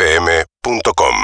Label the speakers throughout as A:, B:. A: UrbanaPlayFM.com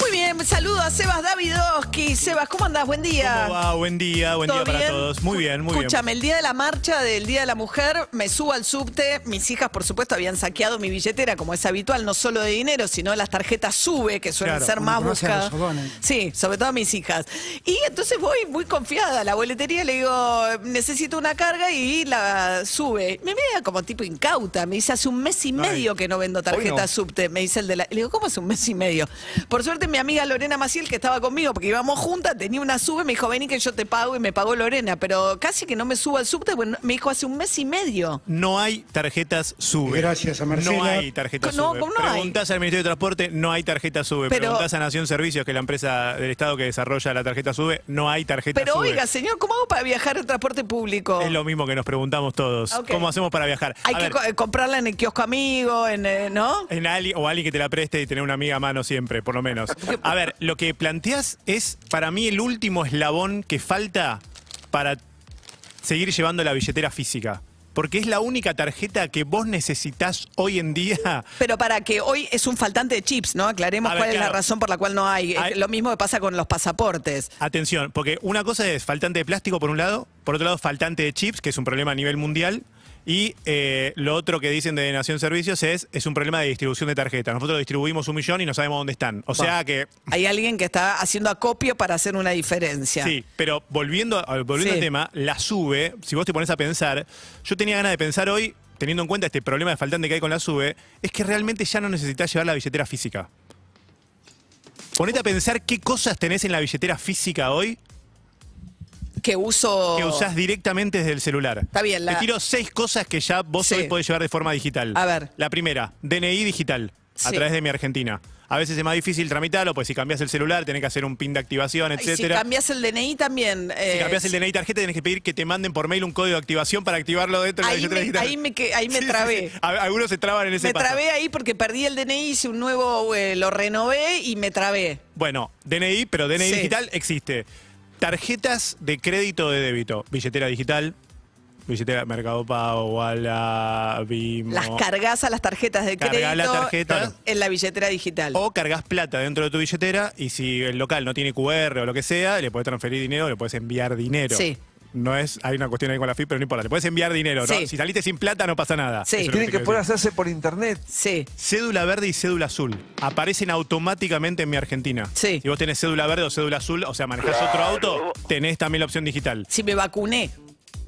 B: Muy bien, saludo a Sebas Davidovsky. Sebas, ¿cómo andás? Buen día.
C: ¿Cómo va? Buen día, buen día
B: ¿Todo
C: para
B: bien?
C: todos. Muy bien, muy
B: Escúchame, el día de la marcha del Día de la Mujer, me subo al subte. Mis hijas, por supuesto, habían saqueado mi billetera, como es habitual, no solo de dinero, sino las tarjetas SUBE, que suelen
C: Claro,
B: ser
D: uno
B: más
D: conoce a
B: buscadas.
D: los O'Donnell.
B: Sí, sobre todo a mis hijas. Y entonces voy muy confiada a la boletería, le digo, necesito una carga y la sube. Me mira como tipo incauta, me dice, hace un mes y medio que no vendo tarjeta subte, me dice el de la... Le digo, ¿cómo hace un mes y medio? Por suerte mi amiga Lorena Maciel, que estaba conmigo, porque íbamos juntas, tenía una sube, me dijo, vení que yo te pago y me pagó Lorena, pero casi que no me subo al subte, porque no- me dijo, hace un mes y medio.
C: bien. No hay tarjetas sube.
D: Gracias a Marcela.
C: No hay tarjetas
B: No,
C: sube.
B: ¿cómo no hay?
C: Preguntás al Ministerio de Transporte, no hay tarjeta sube.
B: Pero-
C: Preguntás a Nación Servicios, que es la empresa del Estado que desarrolla la tarjeta sube, no hay tarjeta
B: Pero
C: sube.
B: oiga, señor, ¿cómo hago para viajar en transporte público?
C: es lo mismo que nos preguntamos todos.
B: Ah, Ok.
C: ¿Cómo hacemos para viajar?
B: Hay
C: A
B: que
C: ver,
B: co- eh, comprarla en el kiosco amigo, en, eh, ¿no?
C: en ali- o alguien que te la preste y tener una amiga a mano siempre, por lo menos. A ver, lo que planteas es para mí el último eslabón que falta para seguir llevando la billetera física. Porque es la única tarjeta que vos necesitas hoy en día.
B: Pero para que hoy es un faltante de chips, ¿no? Aclaremos
C: A ver,
B: cuál es la
C: claro.
B: razón por la cual no hay. Es
C: Hay-
B: Lo mismo que pasa con los pasaportes.
C: Atención, porque una cosa es faltante de plástico por un lado, por otro lado faltante de chips, que es un problema a nivel mundial, y eh, lo otro que dicen de Nación Servicios es, es un problema de distribución de tarjetas. Nosotros distribuimos un millón y no sabemos dónde están. O sea que
B: Hay alguien que está haciendo acopio para hacer una diferencia.
C: Sí, pero volviendo, a- volviendo
B: Sí.
C: al tema, la sube, si vos te pones a pensar, yo tenía ganas de pensar hoy, teniendo en cuenta este problema de faltante que hay con la sube, es que realmente ya no necesitas llevar la billetera física. Ponete a pensar qué cosas tenés en la billetera física hoy
B: Que uso.
C: que usás directamente desde el celular.
B: Oh. Está bien, la-
C: Te tiro seis cosas que ya vos
B: Sí.
C: hoy podés llevar de forma digital.
B: A ver.
C: La primera, DNI digital, a
B: Sí.
C: través de mi Argentina. A veces es más difícil tramitarlo, pues si cambias el celular tenés que hacer un pin de activación,
B: Y si
C: etcétera.
B: cambias el DNI también. eh,
C: Si cambias el DNI tarjeta, tenés que pedir que te manden por mail un código de activación para activarlo dentro
B: Ahí
C: de la
B: me-
C: billetera digital.
B: ahí me que- ahí me
C: Sí, sí,
B: trabé.
C: sí. A- Algunos se traban en ese
B: me
C: paso.
B: trabé ahí porque perdí el DNI, hice un nuevo, eh, lo renové y me trabé.
C: Bueno, DNI, pero DNI
B: Sí.
C: digital existe. Tarjetas de crédito o de débito. Billetera digital, billetera Mercado Pago, Walla, Bimo.
B: Las cargas a las tarjetas de crédito.
C: Cargás la tarjeta. Oh.
B: Claro. En la billetera digital.
C: O cargas plata dentro de tu billetera y si el local no tiene QR o lo que sea, le puedes transferir dinero, le puedes enviar dinero.
B: Sí.
C: No es, hay una cuestión ahí con la FIP, pero no importa. Le puedes enviar dinero, ¿no?
B: Sí.
C: Si saliste sin plata, no pasa nada.
B: Sí.
C: Eso es lo
E: Tienen
C: te
E: que
C: quiero
E: poder
C: decir.
E: hacerse por internet.
B: Sí.
C: Cédula verde y cédula azul aparecen automáticamente en mi Argentina.
B: Sí.
C: Si vos tenés cédula verde o cédula azul, o sea, manejás otro auto, tenés también la opción digital.
B: Si me vacuné.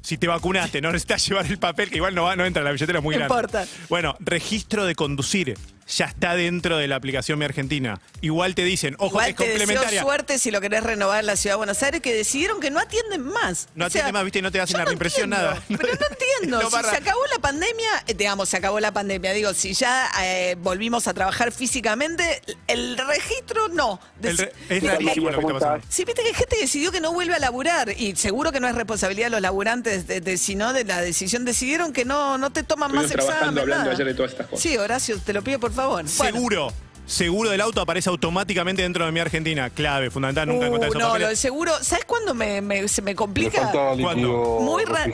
C: Si te vacunaste, no necesitas llevar el papel, que igual no, va, no entra, la billetera es muy
B: No
C: grande.
B: importa.
C: Bueno, registro de conducir. Ya está dentro de la aplicación Mi Argentina. Igual te dicen, ojo, que
B: Igual
C: es
B: te deseo
C: complementaria.
B: suerte si lo querés renovar en la ciudad de Buenos Aires, que decidieron que no atienden más.
C: No atienden más, viste, no te hacen
B: yo
C: la reimpresión,
B: entiendo,
C: nada.
B: Pero no entiendo.
C: No
B: si
C: barra.
B: se acabó la pandemia, eh, digamos, se acabó la pandemia. Digo, si ya eh, volvimos a trabajar físicamente, el registro no. Des-
C: El re- eh. es
B: Viste que-
C: rarísimo lo que está pasando.
B: Sí, viste que hay gente que decidió que no vuelve a laburar y seguro que no es responsabilidad de los laburantes, de, de- sino de la decisión. Decidieron que no, no te toman más
F: Estuvieron
B: examen.
F: trabajando, hablando
B: nada.
F: ayer de todas estas cosas.
B: Sí, Horacio, te lo pido por favor. Bueno.
C: Seguro. Seguro del auto aparece automáticamente dentro de Mi Argentina. Clave, fundamental, Ah, nunca encontrar
B: Uh,
C: esos
B: no,
C: papeles.
B: lo del seguro, ¿sabes cuándo me, me- se me complica?
C: líquido
B: Muy raro.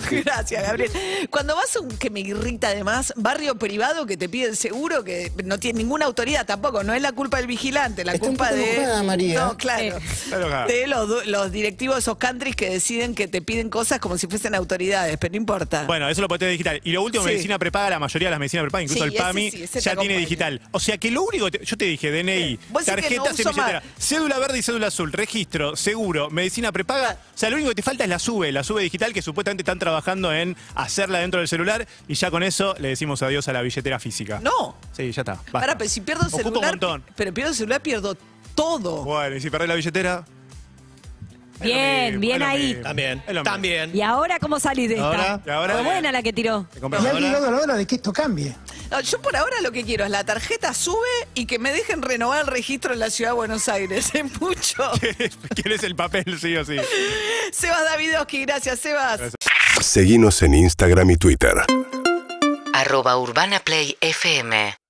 B: Gracias, Gabriel. Cuando vas a un que me irrita además, barrio privado que te pide el seguro, que no tiene ninguna autoridad tampoco, no es la culpa del vigilante, la
D: Está un
B: culpa
D: poco
B: de.
D: enojada, María.
B: No, claro.
C: Está enojada.
B: De los, du- los directivos de esos countries que deciden que te piden cosas como si fuesen autoridades, pero no importa.
C: Bueno, eso lo podés tener digital. Y lo último,
B: Sí.
C: medicina prepaga, la mayoría de las medicinas prepagas, incluso
B: Sí,
C: el
B: ese
C: PAMI,
B: sí, ese te
C: ya tiene
B: acompaña.
C: digital. O sea que lo único que te- yo te dije, DNI,
B: Vos decís que no
C: tarjetas en
B: uso
C: billetera,
B: más.
C: cédula verde y cédula azul, registro, seguro, medicina prepaga. O sea, lo único que te falta es la sube, la sube digital que supuestamente están trabajando en hacerla dentro del celular y ya con eso le decimos adiós a la billetera física.
B: no.
C: Sí, ya está. basta.
B: Para, pero si pierdo el
C: Ocupa un
B: celular.
C: montón.
B: Pero pierdo el celular, pierdo todo.
C: Bueno, y si perdés la billetera. Es lo
G: Bien,
C: mismo,
G: bien
C: es lo
G: ahí.
C: mismo.
H: También,
C: Es lo mismo.
H: también.
G: ¿Y ahora cómo salís de esta?
H: Ahora,
C: y ahora-
G: Fue buena la que tiró.
C: Te
D: Y
C: compras
D: ha
C: ahora.
D: llegado la hora de que esto cambie.
B: No, yo por ahora lo que quiero es la tarjeta sube y que me dejen renovar el registro en la ciudad de Buenos Aires. Es mucho.
C: ¿Quieres el papel, sí o sí?
B: Sebas Davidovsky, gracias, Sebas.
A: Seguinos en Instagram y Twitter
I: arroba urbanaplayfm